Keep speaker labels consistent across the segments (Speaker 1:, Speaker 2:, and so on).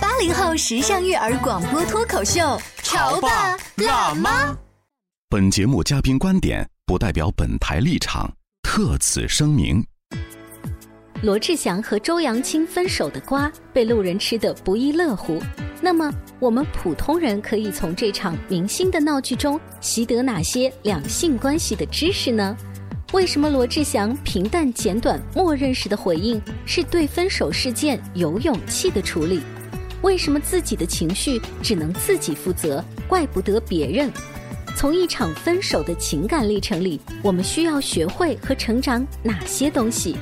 Speaker 1: 八零后时尚育儿广播脱口秀，潮爸辣妈。
Speaker 2: 妈。
Speaker 3: 本节目嘉宾观点不代表本台立场，特此声明。
Speaker 4: 罗志祥和周扬青分手的瓜被路人吃得不亦乐乎。那么，我们普通人可以从这场明星的闹剧中习得哪些两性关系的知识呢？为什么罗志祥平淡简短、默认式的回应是对分手事件有勇气的处理？为什么自己的情绪只能自己负责，怪不得别人？从一场分手的情感历程里，我们需要学会和成长哪些东西？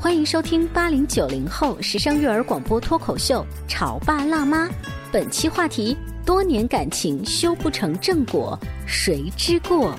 Speaker 4: 欢迎收听八零九零后时尚育儿广播脱口秀《潮爸辣妈》，本期话题：多年感情修不成正果，谁之过？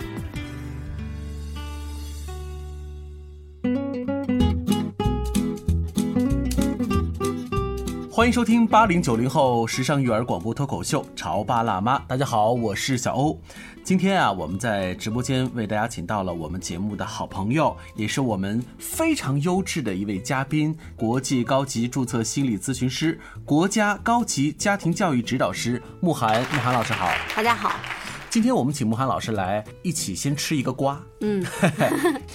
Speaker 2: 欢迎收听八零九零后时尚育儿广播脱口秀《潮爸辣妈》。大家好，我是小欧。今天啊，我们在直播间为大家请到了我们节目的好朋友，也是我们非常优质的一位嘉宾——国际高级注册心理咨询师、国家高级家庭教育指导师慕寒。慕寒老师好。
Speaker 5: 大家好，
Speaker 2: 今天我们请慕寒老师来一起先吃一个瓜。
Speaker 5: 嗯，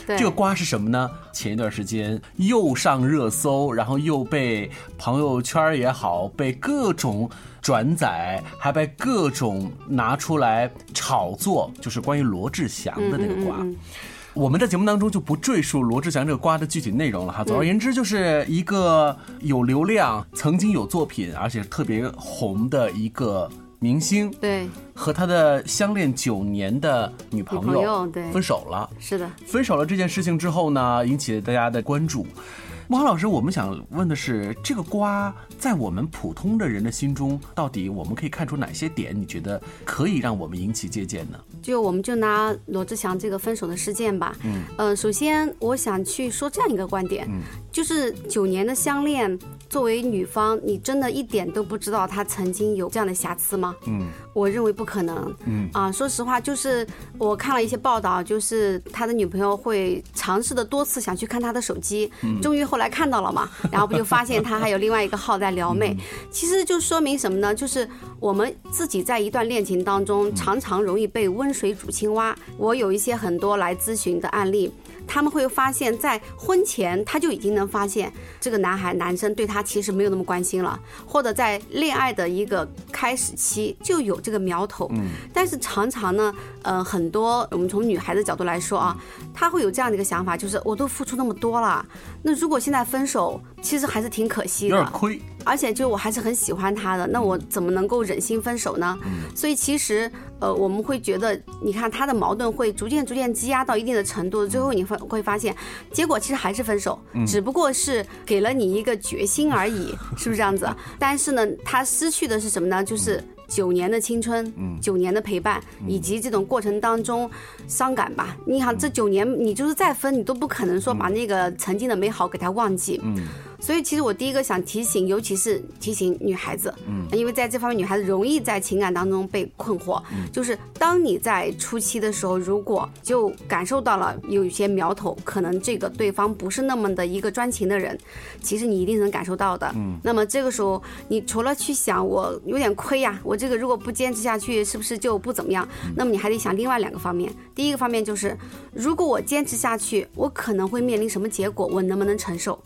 Speaker 5: 对
Speaker 2: 这个瓜是什么呢？前一段时间又上热搜，然后又被朋友圈也好，被各种转载，还被各种拿出来炒作，就是关于罗志祥的那个瓜。
Speaker 5: 嗯
Speaker 2: 我们在节目当中就不赘述罗志祥这个瓜的具体内容了哈。总而言之，就是一个有流量、曾经有作品，而且特别红的一个明星，
Speaker 5: 对，
Speaker 2: 和他的相恋九年的女朋
Speaker 5: 女
Speaker 2: 友
Speaker 5: 朋友对
Speaker 2: 分手了。
Speaker 5: 是的，
Speaker 2: 分手了这件事情之后呢，引起了大家的关注。莫涵老师，我们想问的是，这个瓜在我们普通的人的心中，到底我们可以看出哪些点？你觉得可以让我们引起借鉴呢？
Speaker 5: 就我们就拿罗志祥这个分手的事件吧。嗯，呃，首先我想去说这样一个观点，就是九年的相恋，作为女方，你真的一点都不知道他曾经有这样的瑕疵吗？嗯，我认为不可能。嗯啊，说实话，就是我看了一些报道，就是他的女朋友会尝试的多次想去看他的手机，终于后来看到了嘛，然后不就发现他还有另外一个号在撩妹，其实就说明什么呢？就是我们自己在一段恋情当
Speaker 2: 嗯
Speaker 5: 中，常常容易被温水煮青蛙。我有一些很多来咨询的案例，他们会发现，在婚前他就已经能发现这个男孩男生对他其实没有那么关心了，或者在恋爱的一个开始期就有这个苗头。
Speaker 2: 嗯
Speaker 5: 但是常常呢，呃，很多我们从女孩子角度来说啊，她会有这样的一个想法，就是我都付出那么多了，那如果现在分手，其实还是挺可惜
Speaker 2: 有点
Speaker 5: 的。
Speaker 2: 亏，
Speaker 5: 而且就我还是很喜欢他的，那我怎么能够忍心分手呢？所以其实呃，我们会觉得，你看他的矛盾会逐渐逐渐积压到一定的程度，最后你会会发现，结果其实还是分手，只不过是给了你一个决心而已，是不是这样子？但是呢，他失去的是什么呢？就是。九年的青春，九年的陪伴，以及这种过程当中伤感吧。你想，这九年你就是再分，你都不可能说把那个曾经的美好给他忘记。所以其实我第一个想提醒，尤其是提醒女孩子，嗯，因为在这方面女孩子容易在情感当中被困惑，就是当你在初期的时候，如果就感受到了有一些苗头，可能这个对方不是那么的一个专情的人，其实你一定能感受到的，嗯，那么这个时候你除了去想我有点亏呀、我这个如果不坚持下去，是不是就不怎么样？那么你还得想另外两个方面，第一个方面就是，如果我坚持下去，我可能会面临什么结果，我能不能承受？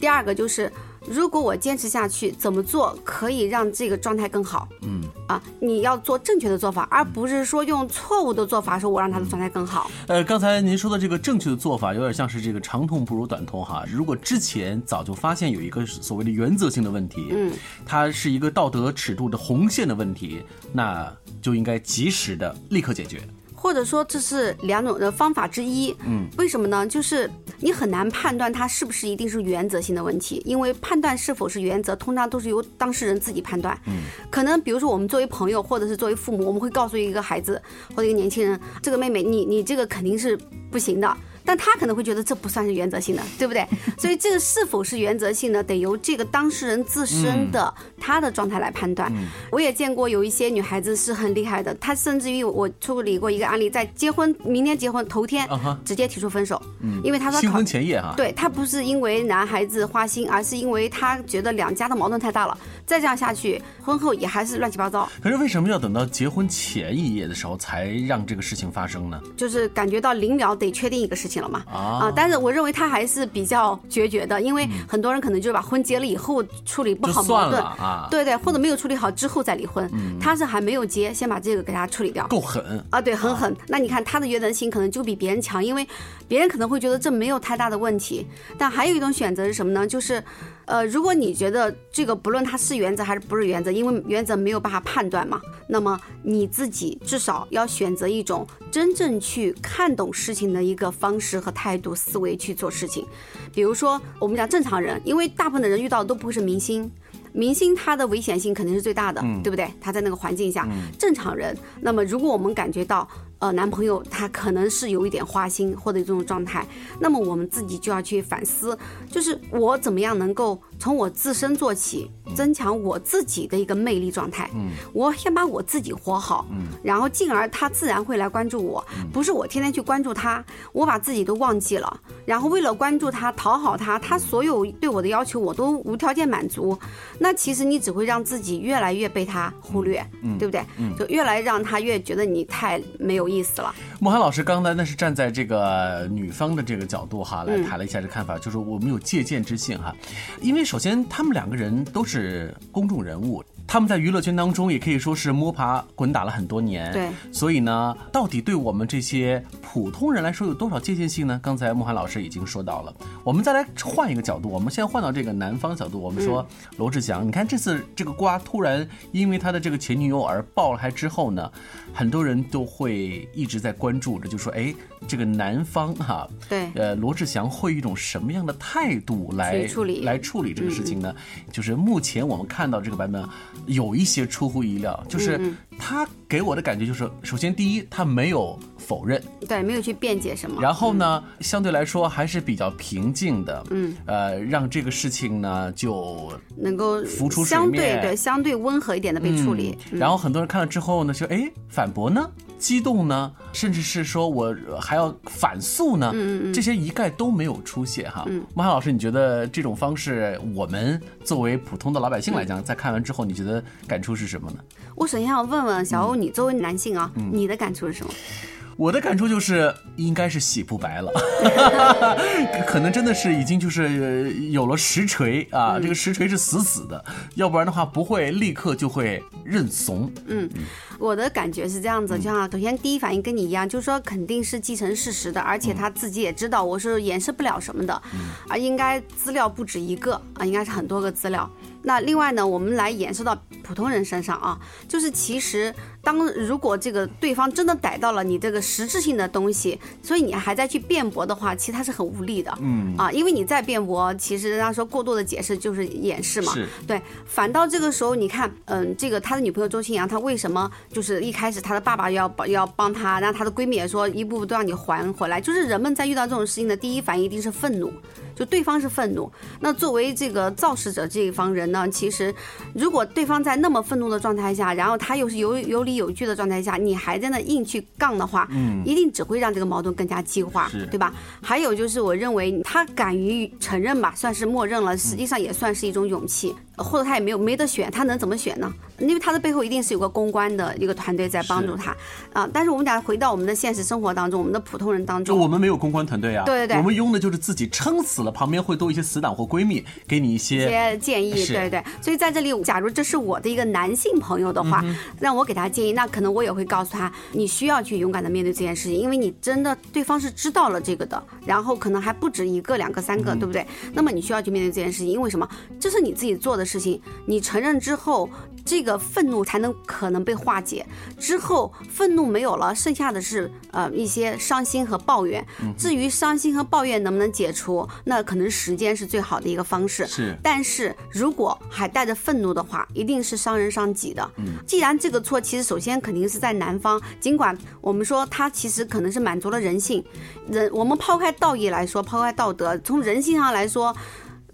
Speaker 5: 第二个就是，如果我坚持下去，怎么做可以让这个状态更好？
Speaker 2: 嗯
Speaker 5: 啊，你要做正确的做法，而不是说用错误的做法说我让他的状态更好。
Speaker 2: 呃，刚才您说的这个正确的做法，有点像是这个长痛不如短痛哈。如果之前早就发现有一个所谓的原则性的问题，
Speaker 5: 嗯，
Speaker 2: 它是一个道德尺度的红线的问题，那就应该及时的立刻解决。
Speaker 5: 或者说这是两种的方法之一。嗯，为什么呢？就是你很难判断它是不是一定是原则性的问题，因为判断是否是原则，通常都是由当事人自己判断。嗯，可能比如说我们作为朋友，或者是作为父母，我们会告诉一个孩子或者一个年轻人，这个妹妹，你你这个肯定是不行的。但他可能会觉得这不算是原则性的，对不对？所以这个是否是原则性的，得由这个当事人自身的、他的状态来判断。我也见过有一些女孩子是很厉害的，她甚至于我处理过一个案例，在结婚明天结婚头天、
Speaker 2: 啊哈嗯
Speaker 5: 直接提出分手，因为她说
Speaker 2: 新
Speaker 5: 考
Speaker 2: 婚前夜哈，，
Speaker 5: 对她不是因为男孩子花心，而是因为她觉得两家的矛盾太大了，再这样下去，婚后也还是乱七八糟，
Speaker 2: 可是为什么要等到结婚前一夜的时候才让这个事情发生呢？
Speaker 5: 就是感觉到临了得确定一个事情了嘛。
Speaker 2: 啊嗯
Speaker 5: 啊，但是我认为他还是比较决绝的，因为很多人可能就是把婚结了以后处理不
Speaker 2: 就
Speaker 5: 好
Speaker 2: 算
Speaker 5: 矛
Speaker 2: 了嗯
Speaker 5: 盾，
Speaker 2: 啊，
Speaker 5: 对对，或者没有处理好之后再离婚，他是还没有结，先把这个给他处理掉。
Speaker 2: 够狠。
Speaker 5: 啊，对，很狠。那你看他的原则性可能就比别人强，因为别人可能会觉得这没有太大的问题。但还有一种选择是什么呢？就是，呃，如果你觉得这个不论它是原则还是不是原则，因为原则没有办法判断嘛，那么你自己至少要选择一种真正去看懂事情的一个方式和态度、思维去做事情。比如说，我们讲正常人，因为大部分的人遇到的都不会是明星。明星他的危险性肯定是最大的，对不对？他在那个环境下，正常人，那么如果我们感觉到呃男朋友他可能是有一点花心或者这种状态，那么我们自己就要去反思，就是我怎么样能够从我自身做起，增强我自己的一个魅力状态。嗯，我先把我自己活好，嗯，然后进而他自然会来关注我，不是我天天去关注他，我把自己都忘记了，然后为了关注他、讨好他，他所有对我的要求我都无条件满足，那其实你只会让自己越来越被他忽略，
Speaker 2: 嗯
Speaker 5: 对不对？就越来让他越觉得你太没有意思了。
Speaker 2: 莫涵老师刚才那是站在这个女方的这个角度哈
Speaker 5: 嗯
Speaker 2: 来谈了一下这看法，就是我们有借鉴之性哈，因为首先他们两个人都是公众人物，他们在娱乐圈当中也可以说是摸爬滚打了很多年，
Speaker 5: 对，
Speaker 2: 所以呢，到底对我们这些普通人来说有多少借鉴性呢？刚才莫涵老师已经说到了，我们再来换一个角度，我们先换到这个男方角度，我们说罗志祥，你看这次这个瓜突然因为他的这个前女友而爆开之后呢，很多人都会一直在关注着，就说哎，这个男方哈、
Speaker 5: 对
Speaker 2: 呃，罗志祥会以一种什么样的态度来
Speaker 5: 去处理嗯
Speaker 2: 来处理这个事情呢？就是目前我们看到这个版本有一些出乎意料，
Speaker 5: 嗯
Speaker 2: 就是他给我的感觉就是，首先第一，他没有否认，
Speaker 5: 对，没有去辩解什么。
Speaker 2: 然后呢，
Speaker 5: 嗯
Speaker 2: 相对来说还是比较平静的，嗯，呃，让这个事情呢就
Speaker 5: 能够
Speaker 2: 浮出水
Speaker 5: 相
Speaker 2: 面
Speaker 5: 对对相对温和一点的被处理。
Speaker 2: 嗯然后很多人看了之后呢，就哎反驳呢，激动呢，甚至是说我呃还要反诉呢，
Speaker 5: 嗯
Speaker 2: 这些一概都没有出现哈。马海老师，你觉得这种方式，我们作为普通的老百姓来
Speaker 5: 嗯
Speaker 2: 讲，在看完之后，你觉得感触是什么呢？
Speaker 5: 我首先要问问小
Speaker 2: 嗯
Speaker 5: 欧，你作为男性啊，你的感触是什么？
Speaker 2: 我的感触就是，应该是洗不白了， 可能真的是已经就是呃有了实锤啊，
Speaker 5: 嗯
Speaker 2: 这个实锤是死死的，要不然的话不会立刻就会认怂。
Speaker 5: 我的感觉是这样子，就像首先第一反应跟你一样，就是说肯定是继承事实的，而且他自己也知道我是掩饰不了什么的，啊，应该资料不止一个啊，应该是很多个资料。那另外呢，我们来延伸到普通人身上啊，就是其实当如果这个对方真的逮到了你这个实质性的东西，所以你还在去辩驳的话，其实他是很无力的，嗯啊，因为你在辩驳，其实人家说过度的解释就是掩饰嘛，
Speaker 2: 是
Speaker 5: 对，反倒这个时候，你看，嗯，这个他的女朋友周青阳，她为什么就是一开始她的爸爸要帮要帮她，然后她的闺蜜也说一步步都让你还回来，就是人们在遇到这种事情的第一反应一定是愤怒，就对方是愤怒。那作为这个肇事者这一方人呢，其实如果对方在那么愤怒的状态下，然后他又是有有理有据的状态下，你还在那硬去杠的话，嗯，一定只会让这个矛盾更加激化
Speaker 2: 是，
Speaker 5: 对吧？还有就是，我认为他敢于承认吧，算是默认了，实际上也算是一种勇气，呃或者他也没有没得选，他能怎么选呢？因为他的背后一定是有个公关的一个团队在帮助他啊。但是我们俩回到我们的现实生活当中，我们的普通人当
Speaker 2: 就我
Speaker 5: 中。
Speaker 2: 们没有公关团队啊，
Speaker 5: 对对对
Speaker 2: 我们用的就是自己撑死了的，旁边会多一些死党或闺蜜给你一
Speaker 5: 一
Speaker 2: 些
Speaker 5: 些建议，
Speaker 2: 是
Speaker 5: 对对。所以在这里，假如这是我的一个男性朋友的话，
Speaker 2: 嗯
Speaker 5: 让我给他建议，那可能我也会告诉他，你需要去勇敢的面对这件事情，因为你真的对方是知道了这个的，然后可能还不止一个、两个、三
Speaker 2: 嗯
Speaker 5: 个，对不对？那么你需要去面对这件事情，因为什么？这是你自己做的事情，你承认之后。这个愤怒才能可能被化解，之后愤怒没有了，剩下的是呃一些伤心和抱怨。
Speaker 2: 嗯
Speaker 5: 至于伤心和抱怨能不能解除，那可能时间是最好的一个方式。
Speaker 2: 是
Speaker 5: 但是如果还带着愤怒的话，一定是伤人伤己的。嗯，既然这个错，其实首先肯定是在男方，尽管我们说他其实可能是满足了人性，人我们抛开道义来说，抛开道德，从人性上来说。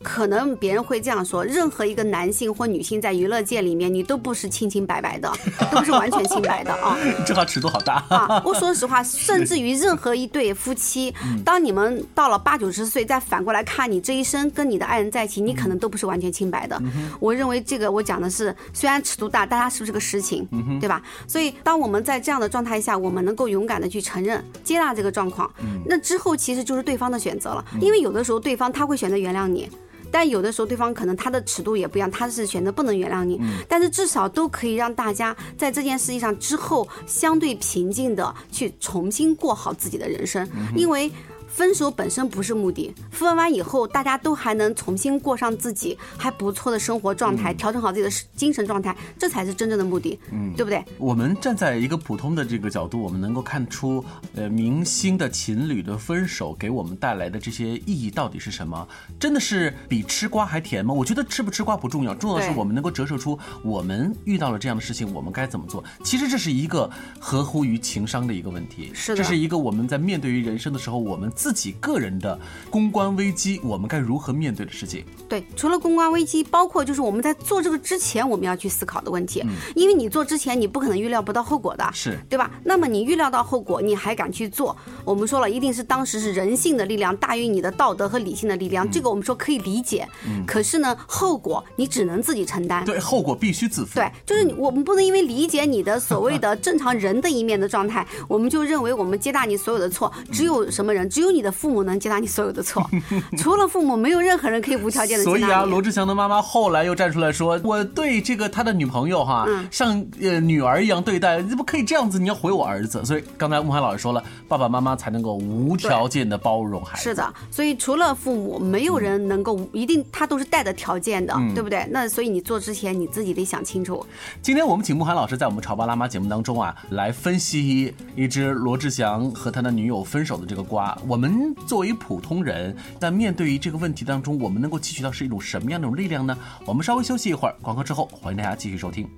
Speaker 5: 可能别人会这样说：任何一个男性或女性在娱乐界里面，你都不是清清白白的，都不是完全清白的啊。
Speaker 2: 这话尺度好大。
Speaker 5: 啊，我说实话， 甚至于任何一对夫妻，当你们到了八九十岁，再反过来看你这一生跟你的爱人在一起，你可能都不是完全清白的。我认为这个我讲的是，虽然尺度大，但它是不是个实情，对吧？所以，当我们在这样的状态下，我们能够勇敢的去承认、接纳这个状况，那之后其实就是对方的选择了，因为有的时候对方他会选择原谅你。但有的时候，对方可能他的尺度也不一样，他是选择不能原谅你，但是至少都可以让大家在这件事情上之后相对平静的去重新过好自己的人生，因为。分手本身不是目的，分完以后大家都还能重新过上自己还不错的生活状态，调整好自己的精神状态，这才是真正的目的，对不对？
Speaker 2: 我们站在一个普通的这个角度，我们能够看出，呃，明星的情侣的分手给我们带来的这些意义到底是什么？真的是比吃瓜还甜吗？我觉得吃不吃瓜不重要，重要的是
Speaker 5: 对
Speaker 2: 我们能够折射出我们遇到了这样的事情，我们该怎么做。其实这是一个合乎于情商的一个问题，
Speaker 5: 是的
Speaker 2: 这是一个我们在面对于人生的时候，我们自己个人的公关危机，我们该如何面对的事情。
Speaker 5: 对，除了公关危机，包括就是我们在做这个之前，我们要去思考的问题，因为你做之前，你不可能预料不到后果的，
Speaker 2: 是
Speaker 5: 对吧？那么你预料到后果，你还敢去做？我们说了，一定是当时是人性的力量大于你的道德和理性的力
Speaker 2: 嗯
Speaker 5: 量，这个我们说可以理解。可是呢，后果你只能自己承担。
Speaker 2: 对，后果必须自负。
Speaker 5: 对，就是你我们不能因为理解你的所谓的正常人的一面的状态，我们就认为我们接纳你所有的错。只有什么人？只有你的父母能接纳你所有 的错，除了父母，没有任何人可以无条件的接
Speaker 2: 所
Speaker 5: 纳你。
Speaker 2: 以啊，罗志祥的妈妈后来又站出来说：“我对这个他的女朋友哈，
Speaker 5: 嗯
Speaker 2: 像呃女儿一样对待，你不可以这样子，你要回我儿子。”所以刚才慕寒老师说了，爸爸妈妈才能够无条件的包容孩子。
Speaker 5: 是，的，所以除了父母，没有人能够一定，他都是带着条件的，对不对？那所以你做之前，你自己得想清楚。
Speaker 2: 今天我们请慕寒老师在我们《潮爸辣妈》节目当中啊，来分析一只罗志祥和他的女友分手的这个瓜。我们作为普通人，在面对于这个问题当中，我们能够汲取到是一种什么样的一种力量呢？我们稍微休息一会儿，广告之后，欢迎大家继续收听。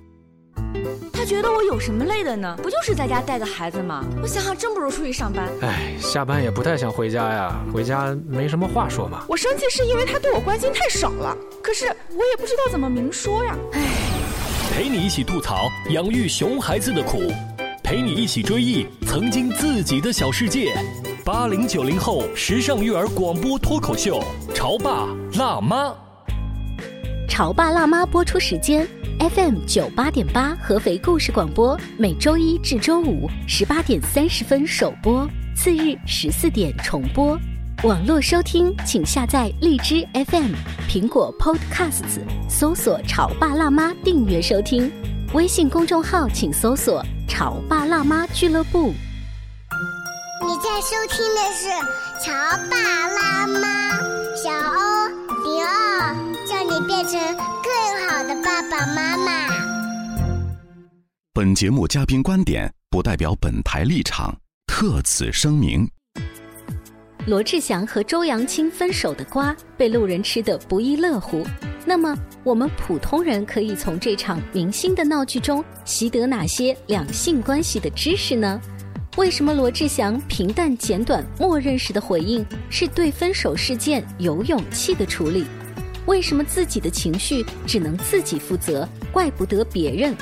Speaker 6: 他觉得我有什么累的呢？不就是在家带个孩子吗？我想想，真不如出去上班。
Speaker 7: 哎，下班也不太想回家呀，回家没什么话说嘛。
Speaker 8: 我生气是因为他对我关心太少了，可是我也不知道怎么明说呀。
Speaker 9: 陪你一起吐槽养育熊孩子的苦，陪你一起追忆曾经自己的小世界。八零九零后时尚育儿广播脱口秀，《潮爸辣妈》。
Speaker 4: 《潮爸辣妈》播出时间：FM 九八点八合肥故事广播，每周一至周五十八点三十分首播，次日十四点重播。网络收听，请下载荔枝 FM、苹果 Podcasts，搜索“潮爸辣妈”订阅收听。微信公众号请搜索“潮爸辣妈俱乐部”。
Speaker 10: 你在收听的是《潮爸辣妈》，小欧零二，叫你变成更好的爸爸妈妈。
Speaker 3: 本节目嘉宾观点不代表本台立场，特此声明。
Speaker 4: 罗志祥和周扬青分手的瓜被路人吃得不亦乐乎。那么，我们普通人可以从这场明星的闹剧中习得哪些两性关系的知识呢？为什么罗志祥平淡简短、默认式的回应是对分手事件有勇气的处理？为什么自己的情绪只能自己负责，怪不得别人？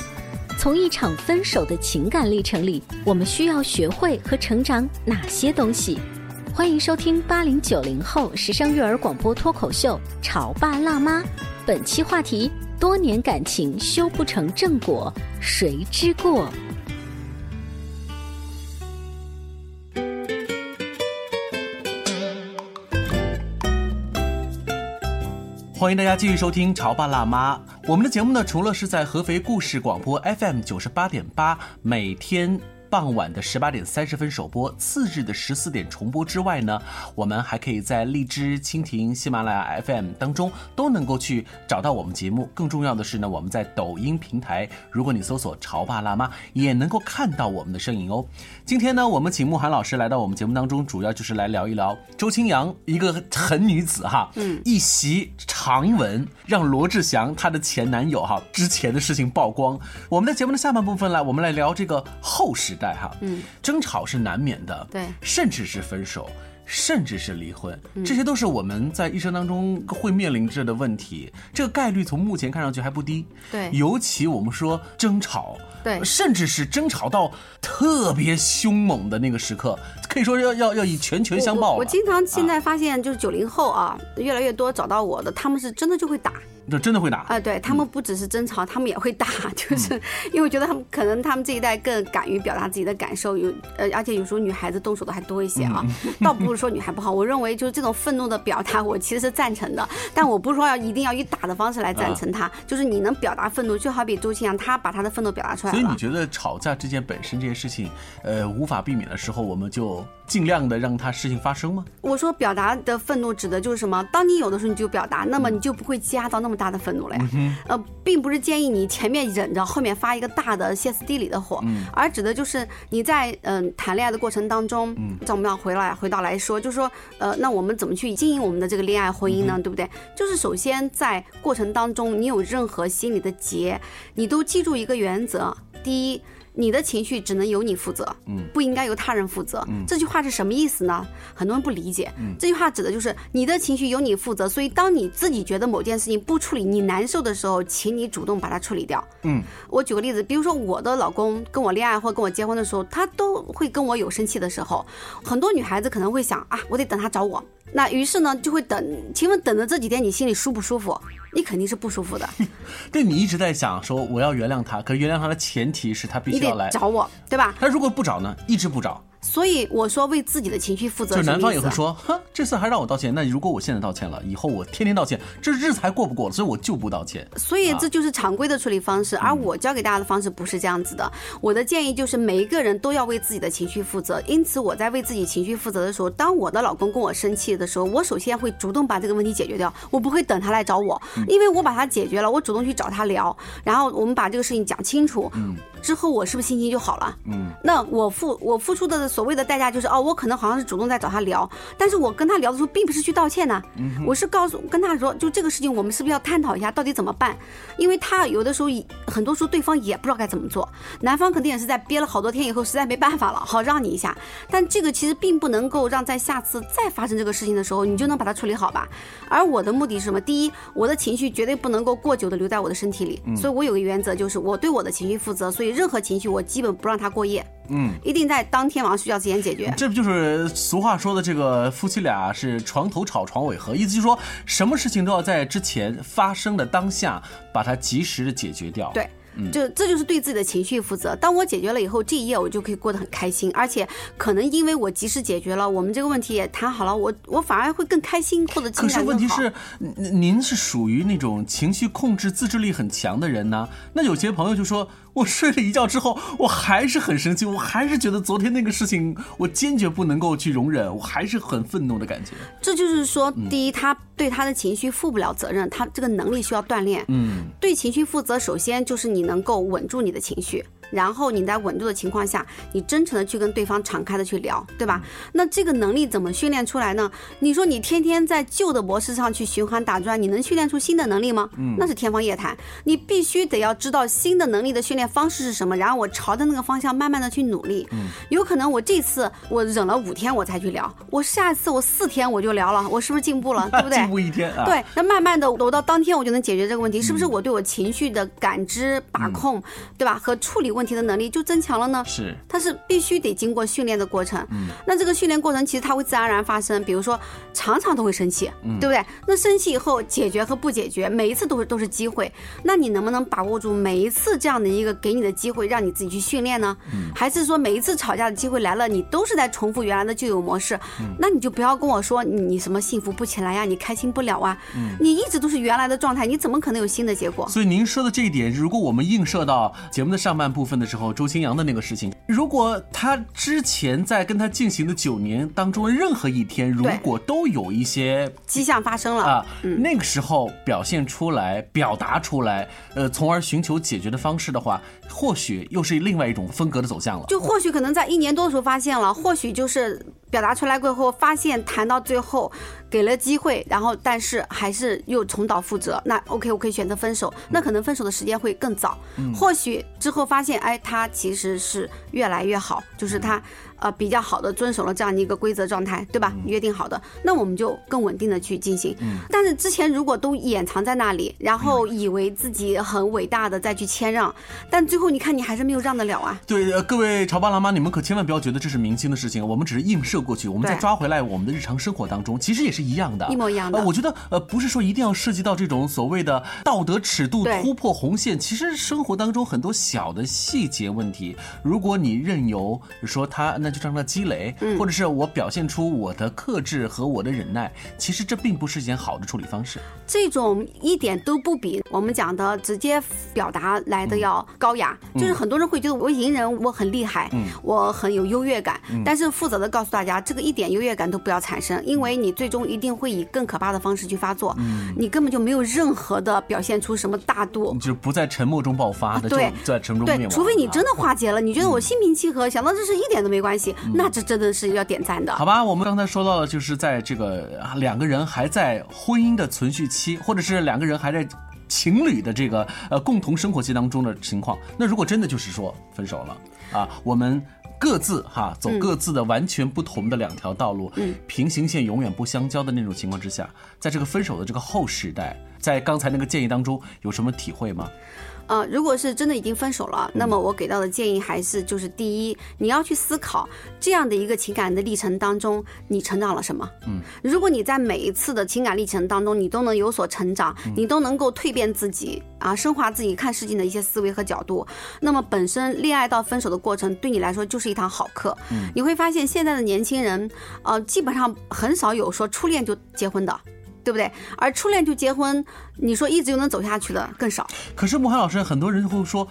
Speaker 4: 从一场分手的情感历程里，我们需要学会和成长哪些东西？欢迎收听八零九零后时尚育儿广播脱口秀《潮爸辣妈》，本期话题：多年感情修不成正果，谁之过？
Speaker 2: 欢迎大家继续收听《潮爸辣妈》。我们的节目呢，除了是在合肥故事广播 FM 九十八点八每天傍晚的十八点三十分首播，次日的十四点重播之外呢，我们还可以在荔枝、蜻蜓、喜马拉雅 FM 当中都能够去找到我们节目。更重要的是呢，我们在抖音平台，如果你搜索“潮爸辣妈”，也能够看到我们的身影哦。今天呢，我们请慕寒老师来到我们节目当中，主要就是来聊一聊周青阳，一个狠女子哈，嗯，一袭长文让罗志祥她的前男友哈之前的事情曝光。我们在节目的下半部分来，我们来聊这个后时代哈，嗯，争吵是难免的，
Speaker 5: 对
Speaker 2: 甚至是分手。甚至是离婚，
Speaker 5: 嗯
Speaker 2: 这些都是我们在一生当中会面临着的问题。这个概率从目前看上去还不低，
Speaker 5: 对
Speaker 2: 尤其我们说争吵，
Speaker 5: 嗯对
Speaker 2: 甚至是争吵到特别凶猛的那个时刻，可以说要要要以拳拳相报了。
Speaker 5: 我我我经常现在发现，就是九零后啊，越来越多找到我的，他们是真的就会打。
Speaker 2: 这真的会打
Speaker 5: 啊、对他们不只是争吵，他们也会打， 就是因为我觉得他们可能他们这一代更敢于表达自己的感受，有呃，而且有时候女孩子动手的还多一些啊，倒不是说女孩不好，我认为就是这种愤怒的表达，我其实是赞成的，但我不是说要一定要以打的方式来赞成他，就是你能表达愤怒，就好比周青阳他把他的愤怒表达出来了，
Speaker 2: 所以你觉得吵架这件本身这些事情，呃，无法避免的时候，我们就尽量的让它事情发生吗？
Speaker 5: 我说表达的愤怒指的就是什么？当你有的时候你就表达，那么你就不会积压到那么大的愤怒了呀。
Speaker 2: 嗯
Speaker 5: 呃，并不是建议你前面忍着，后面发一个大的歇斯底里的火，
Speaker 11: 嗯
Speaker 5: 而指的就是你在嗯、谈恋爱的过程当中，
Speaker 11: 嗯
Speaker 5: 这我们要回来回到来说，就是说呃，那我们怎么去经营我们的这个恋爱婚姻呢？
Speaker 11: 嗯哼
Speaker 5: 对不对？就是首先在过程当中，你有任何心里的结，你都记住一个原则：第一，你的情绪只能由你负责。
Speaker 11: 嗯
Speaker 5: 不应该由他人负责。
Speaker 11: 嗯
Speaker 5: 这句话是什么意思呢？很多人不理解。
Speaker 11: 嗯
Speaker 5: 这句话指的就是你的情绪由你负责，所以当你自己觉得某件事情不处理你难受的时候，请你主动把它处理掉。
Speaker 11: 嗯
Speaker 5: 我举个例子，比如说我的老公跟我恋爱或跟我结婚的时候，他都会跟我有生气的时候。很多女孩子可能会想啊，我得等他找我。那于是呢，就会等。请问等的这几天，你心里舒不舒服？你肯定是不舒服的。
Speaker 2: 对你一直在想说我要原谅他，可是原谅他的前提是 他必
Speaker 5: 你
Speaker 2: 须要
Speaker 5: 得
Speaker 2: 来
Speaker 5: 找。我，对吧？
Speaker 2: 他如果不找呢，一直不找，
Speaker 5: 所以我说为自己的情绪负责
Speaker 2: 就是
Speaker 5: 什么
Speaker 2: 男
Speaker 5: 意思
Speaker 2: 方
Speaker 5: 啊。
Speaker 2: 也会说，哼，这次还让我道歉，那如果我现在道歉了，以后我天天道歉，这日子还过不过？所以我就不道歉。
Speaker 5: 所以
Speaker 2: 啊
Speaker 5: 这就是常规的处理方式，而我教给大家的方式不是这样子的。我的建议就是每一个人都要为自己的情绪负责。因此，我在为自己情绪负责的时候，当我的老公跟我生气的时候，我首先会主动把这个问题解决掉，我不会等他来找我，因为我把它解决了，我主动去找他聊，然后我们把这个事情讲清楚，之后我是不是心情就好了？
Speaker 11: 嗯
Speaker 5: 那我付我付出的所谓的代价就是哦，我可能好像是主动在找他聊，但是我跟他聊的时候并不是去道歉呐、
Speaker 11: 嗯哼
Speaker 5: 我是告诉跟他说，就这个事情我们是不是要探讨一下到底怎么办？因为他有的时候也很多时候对方也不知道该怎么做，男方肯定也是在憋了好多天以后实在没办法了，好让你一下，但这个其实并不能够让在下次再发生这个事情的时候你就能把它处理好吧？而我的目的是什么？第一，我的情绪绝对不能够过久的留在我的身体里，
Speaker 11: 嗯
Speaker 5: 所以我有个原则就是我对我的情绪负责，所以任何情绪我基本不让它过夜。
Speaker 2: 嗯，
Speaker 5: 一定在当天晚上睡觉之前解决。
Speaker 2: 这不就是俗话说的这个夫妻俩是床头吵床尾和，意思就是说什么事情都要在之前发生的当下把它及时的解决掉。
Speaker 5: 对。
Speaker 2: 嗯
Speaker 5: 就这就是对自己的情绪负责。当我解决了以后，这一夜我就可以过得很开心，而且可能因为我及时解决了，我们这个问题也谈好了，我我反而会更开心，或者情
Speaker 2: 可是
Speaker 5: 感
Speaker 2: 问题
Speaker 5: 更好。
Speaker 2: 是，您您是属于那种情绪控制、自制力很强的人呢、那有些朋友就说，我睡了一觉之后，我还是很生气，我还是觉得昨天那个事情，我坚决不能够去容忍，我还是很愤怒的感觉。
Speaker 5: 这就是说，
Speaker 2: 嗯
Speaker 5: 第一，他对他的情绪负不了责任，他这个能力需要锻炼。
Speaker 2: 嗯
Speaker 5: 对情绪负责，首先就是你能够稳住你的情绪，然后你在稳住的情况下，你真诚的去跟对方敞开的去聊，对吧？那这个能力怎么训练出来呢？你说你天天在旧的模式上去循环打转，你能训练出新的能力吗？
Speaker 11: 嗯
Speaker 5: 那是天方夜谭。你必须得要知道新的能力的训练方式是什么，然后我朝着那个方向慢慢的去努力。
Speaker 11: 嗯
Speaker 5: 有可能我这次我忍了五天我才去聊，我下次我四天我就聊了，我是不是进步了？对不对？
Speaker 2: 进步一天啊。
Speaker 5: 对，，那慢慢的，我到当天我就能解决这个问题，是不是我对我情绪的感知、把控，对吧？和处理问问题的能力就增强了呢？
Speaker 2: 是，
Speaker 5: 它是必须得经过训练的过程。
Speaker 2: 嗯，
Speaker 5: 那这个训练过程其实它会自然而然发生，比如说常常都会生气，
Speaker 2: 嗯
Speaker 5: 对不对？那生气以后解决和不解决，每一次都是都是机会。那你能不能把握住每一次这样的一个给你的机会，让你自己去训练呢？
Speaker 2: 嗯
Speaker 5: 还是说每一次吵架的机会来了，你都是在重复原来的旧有模式？
Speaker 2: 嗯
Speaker 5: 那你就不要跟我说你你什么幸福不起来呀，你开心不了啊，
Speaker 2: 嗯
Speaker 5: 你一直都是原来的状态，你怎么可能有新的结果？
Speaker 2: 所以您说的这一点，如果我们映射到节目的上半部分的时候，周清扬的那个事情，如果他之前在跟他进行的九年当中任何一天，如果都有一些
Speaker 5: 迹象发生了
Speaker 2: 啊，那个时候表现出来、表达出来，呃，从而寻求解决的方式的话，或许又是另外一种风格的走向了。
Speaker 5: 就或许可能在一年多的时候发现了，或许就是表达出来过后，发现谈到最后给了机会，然后但是还是又重蹈覆辙。那 OK，我可以选择分手，那可能分手的时间会更早。
Speaker 11: 嗯
Speaker 5: 或许之后发现，哎，他其实是越来越好，就是他。
Speaker 11: 嗯
Speaker 5: 呃，比较好的遵守了这样的一个规则状态，对吧？约定好的，那我们就更稳定的去进行。
Speaker 11: 嗯
Speaker 5: 但是之前如果都掩藏在那里，然后以为自己很伟大的再去谦让，但最后你看你还是没有让得了啊。
Speaker 2: 对，呃，各位潮爸辣妈，你们可千万不要觉得这是明星的事情，我们只是映射过去，我们再
Speaker 5: 对
Speaker 2: 抓回来我们的日常生活当中，其实也是一样的，
Speaker 5: 一模一样的
Speaker 2: 呃我觉得，呃，不是说一定要涉及到这种所谓的道德尺度
Speaker 5: 对
Speaker 2: 突破红线，其实生活当中很多小的细节问题，如果你任由说它，那就让它积累，
Speaker 5: 嗯
Speaker 2: 或者是我表现出我的克制和我的忍耐，其实这并不是一件好的处理方式。
Speaker 5: 这种一点都不比我们讲的直接表达来的要高雅。
Speaker 2: 嗯
Speaker 5: 就是很多人会觉得我隐忍，我很厉害，
Speaker 11: 嗯
Speaker 5: 我很有优越感。
Speaker 11: 嗯
Speaker 5: 但是负责的告诉大家，这个一点优越感都不要产生，因为你最终一定会以更可怕的方式去发作。
Speaker 2: 嗯
Speaker 5: 你根本就没有任何的表现出什么大度。
Speaker 2: 就是不在沉默中爆发的，
Speaker 5: 啊对
Speaker 2: 就在沉默中灭
Speaker 5: 对，
Speaker 2: 亡。啊
Speaker 5: 除非你真的化解了，你觉得我心平气和，想到这事一点都没关系，那这真的是要点赞的。
Speaker 2: 好吧，我们刚才说到了，就是在这个啊两个人还在婚姻的存续期，或者是两个人还在情侣的这个呃共同生活期当中的情况。那如果真的就是说分手了啊，我们。各自哈走
Speaker 9: 嗯
Speaker 2: 各自的完全不同的两条道路，
Speaker 9: 嗯
Speaker 2: 平行线永远不相交的那种情况之下，在这个分手的这个后时代，在刚才那个建议当中有什么体会吗？
Speaker 5: 呃，如果是真的已经分手了，
Speaker 11: 嗯
Speaker 5: 那么我给到的建议还是就是第一，你要去思考这样的一个情感的历程当中，你成长了什么。
Speaker 11: 嗯
Speaker 5: 如果你在每一次的情感历程当中，你都能有所成长
Speaker 11: 嗯，
Speaker 5: 你都能够蜕变自己啊，升华自己看事情的一些思维和角度，那么本身恋爱到分手的过程对你来说就是一堂好课。
Speaker 11: 嗯
Speaker 5: 你会发现现在的年轻人，呃，基本上很少有说初恋就结婚的。对不对？而初恋就结婚，你说一直就能走下去的更少。
Speaker 2: 可是慕寒老师，很多人会说，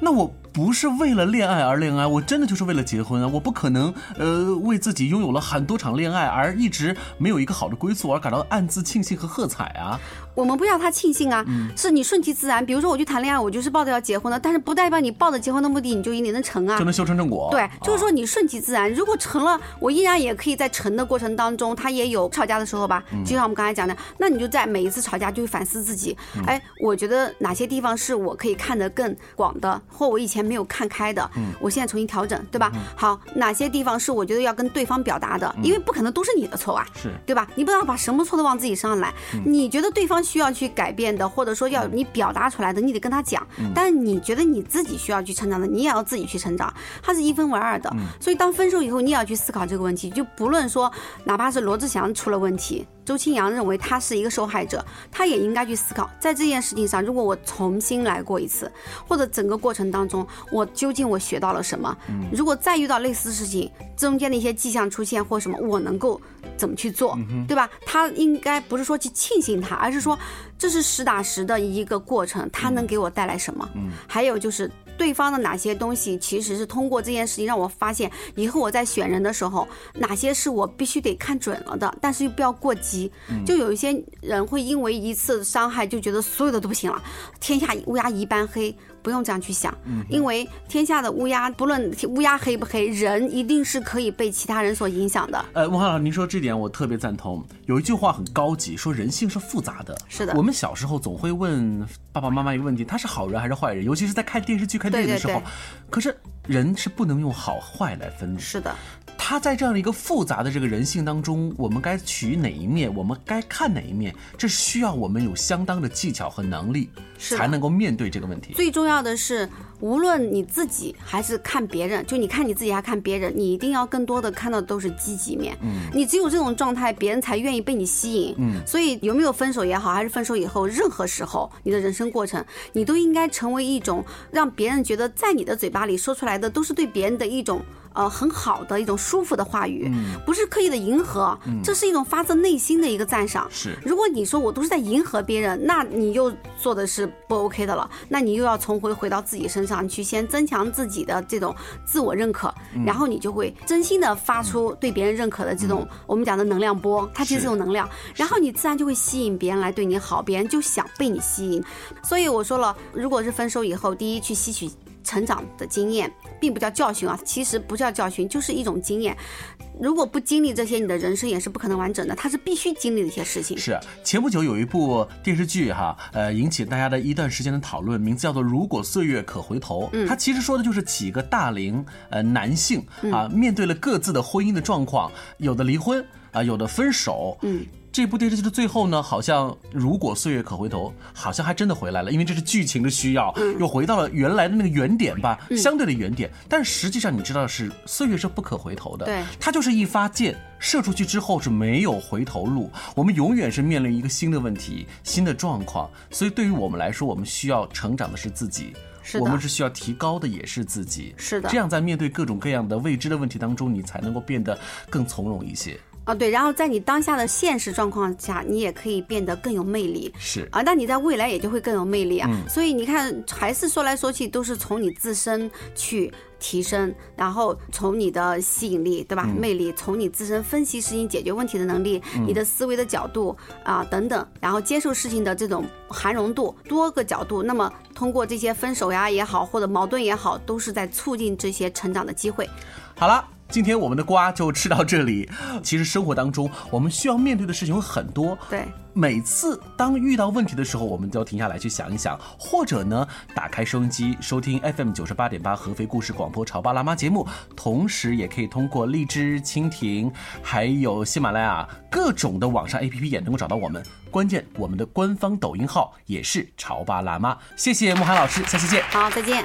Speaker 2: 那我不是为了恋爱而恋爱，我真的就是为了结婚啊！我不可能呃为自己拥有了很多场恋爱而一直没有一个好的归宿而感到暗自庆幸和喝彩啊！
Speaker 5: 我们不要他庆幸啊，
Speaker 2: 嗯
Speaker 5: 是你顺其自然。比如说，我去谈恋爱，我就是抱着要结婚的，但是不代表你抱着结婚的目的，你就一定能成啊，
Speaker 2: 就能修成正果。
Speaker 5: 对，就是说你顺其自然。如果成了，我依然也可以在成的过程当中，他也有吵架的时候吧
Speaker 11: 嗯。
Speaker 5: 就像我们刚才讲的，那你就在每一次吵架就会反思自己
Speaker 11: 嗯，
Speaker 5: 哎，我觉得哪些地方是我可以看得更广的，或我以前没有看开的
Speaker 11: 嗯，
Speaker 5: 我现在重新调整，对吧？好，哪些地方是我觉得要跟对方表达的，
Speaker 11: 嗯
Speaker 5: 因为不可能都是你的错啊。
Speaker 2: 是
Speaker 5: 对吧？你不要把什么错都往自己身上揽。
Speaker 11: 嗯
Speaker 5: 你觉得对方需要去改变的，或者说要你表达出来的，你得跟他讲。
Speaker 11: 嗯
Speaker 5: 但是你觉得你自己需要去成长的，你也要自己去成长，它是一分为二的。
Speaker 11: 嗯
Speaker 5: 所以当分手以后，你也要去思考这个问题。就不论说，哪怕是罗志祥出了问题，周清扬认为他是一个受害者，他也应该去思考，在这件事情上，如果我重新来过一次，或者整个过程当中，我究竟我学到了什么？
Speaker 11: 嗯
Speaker 5: 如果再遇到类似的事情，中间的一些迹象出现或什么，我能够怎么去做
Speaker 11: 嗯，哼嗯
Speaker 5: 对吧？他应该不是说去庆幸他，而是说这是实打实的一个过程，他能给我带来什么？
Speaker 11: 嗯
Speaker 5: 还有就是对方的哪些东西，其实是通过这件事情让我发现，以后我在选人的时候，哪些是我必须得看准了的，但是又不要过激。
Speaker 11: 嗯
Speaker 5: 就有一些人会因为一次伤害就觉得所有的都不行了，天下乌鸦一般黑。不用这样去想，
Speaker 11: 嗯
Speaker 5: 因为天下的乌鸦，不论乌鸦黑不黑，人一定是可以被其他人所影响的。
Speaker 2: 呃，孟涵老师，您说这点我特别赞同。有一句话很高级，说人性是复杂的。
Speaker 5: 是的
Speaker 2: 我们小时候总会问爸爸妈妈一个问题：他是好人还是坏人？尤其是在看电视剧、看电影的时候。
Speaker 5: 对对对
Speaker 2: 可是人是不能用好坏来分的。
Speaker 5: 是的，
Speaker 2: 他在这样的一个复杂的这个人性当中，我们该取哪一面，我们该看哪一面，这是需要我们有相当的技巧和能力，
Speaker 5: 是的
Speaker 2: 才能够面对这个问题。
Speaker 5: 最重要的是，无论你自己还是看别人，就你看你自己还看别人，你一定要更多的看到的都是积极面。
Speaker 2: 嗯
Speaker 5: 你只有这种状态，别人才愿意被你吸引。
Speaker 2: 嗯
Speaker 5: 所以有没有分手也好，还是分手以后，任何时候你的人生过程，你都应该成为一种让别人觉得在你的嘴巴里说出来的都是对别人的一种。呃，很好的一种舒服的话语，
Speaker 2: 嗯
Speaker 5: 不是刻意的迎合，
Speaker 2: 嗯
Speaker 5: 这是一种发自内心的一个赞赏。
Speaker 2: 是
Speaker 5: 如果你说我都是在迎合别人，那你又做的是不 OK 的了，那你又要重回回到自己身上去，先增强自己的这种自我认可，
Speaker 11: 嗯
Speaker 5: 然后你就会真心的发出对别人认可的这种、我们讲的能量波，它其实
Speaker 11: 是
Speaker 5: 是有能量，然后你自然就会吸引别人来对你好，别人就想被你吸引。所以我说了，如果是分手以后，第一去吸取成长的经验，并不叫教训啊，其实不叫教训，就是一种经验。如果不经历这些，你的人生也是不可能完整的，它是必须经历的一些事情。
Speaker 2: 是前不久有一部电视剧哈，呃，引起大家的一段时间的讨论，名字叫做《如果岁月可回头》。
Speaker 5: 嗯
Speaker 2: 它其实说的就是几个大龄呃男性
Speaker 5: 嗯
Speaker 2: 啊，面对了各自的婚姻的状况，有的离婚啊，有的分手。
Speaker 5: 嗯。
Speaker 2: 这部电视剧的最后呢，好像如果岁月可回头，好像还真的回来了，因为这是剧情的需要，
Speaker 5: 嗯
Speaker 2: 又回到了原来的那个原点吧，
Speaker 5: 嗯
Speaker 2: 相对的原点。但实际上你知道的是，岁月是不可回头的，
Speaker 5: 对
Speaker 2: 它就是一发箭，射出去之后是没有回头路。我们永远是面临一个新的问题、新的状况，所以对于我们来说，我们需要成长的是自己。
Speaker 5: 是的
Speaker 2: 我们是需要提高的，也是自己。
Speaker 5: 是的
Speaker 2: 这样在面对各种各样的未知的问题当中，你才能够变得更从容一些。
Speaker 5: 啊，对，然后在你当下的现实状况下，你也可以变得更有魅力
Speaker 2: 是
Speaker 5: 啊，那你在未来也就会更有魅力啊。
Speaker 2: 嗯
Speaker 5: 所以你看，还是说来说去都是从你自身去提升，然后从你的吸引力，对吧？
Speaker 11: 嗯
Speaker 5: 魅力，从你自身分析事情、解决问题的能力，
Speaker 11: 嗯
Speaker 5: 你的思维的角度啊等等，然后接受事情的这种涵容度，多个角度，那么通过这些分手呀也好，或者矛盾也好，都是在促进这些成长的机会。
Speaker 2: 好了。今天我们的瓜就吃到这里。其实生活当中，我们需要面对的事情有很多。
Speaker 5: 对，
Speaker 2: 每次当遇到问题的时候，我们都要停下来去想一想，或者呢，打开收音机收听 FM 九十八点八合肥故事广播《潮爸辣妈》节目，同时也可以通过荔枝、蜻蜓，还有喜马拉雅各种的网上 APP 也能够找到我们。关键，我们的官方抖音号也是“潮爸辣妈”。谢谢慕寒老师，下期见。
Speaker 5: 好，再见。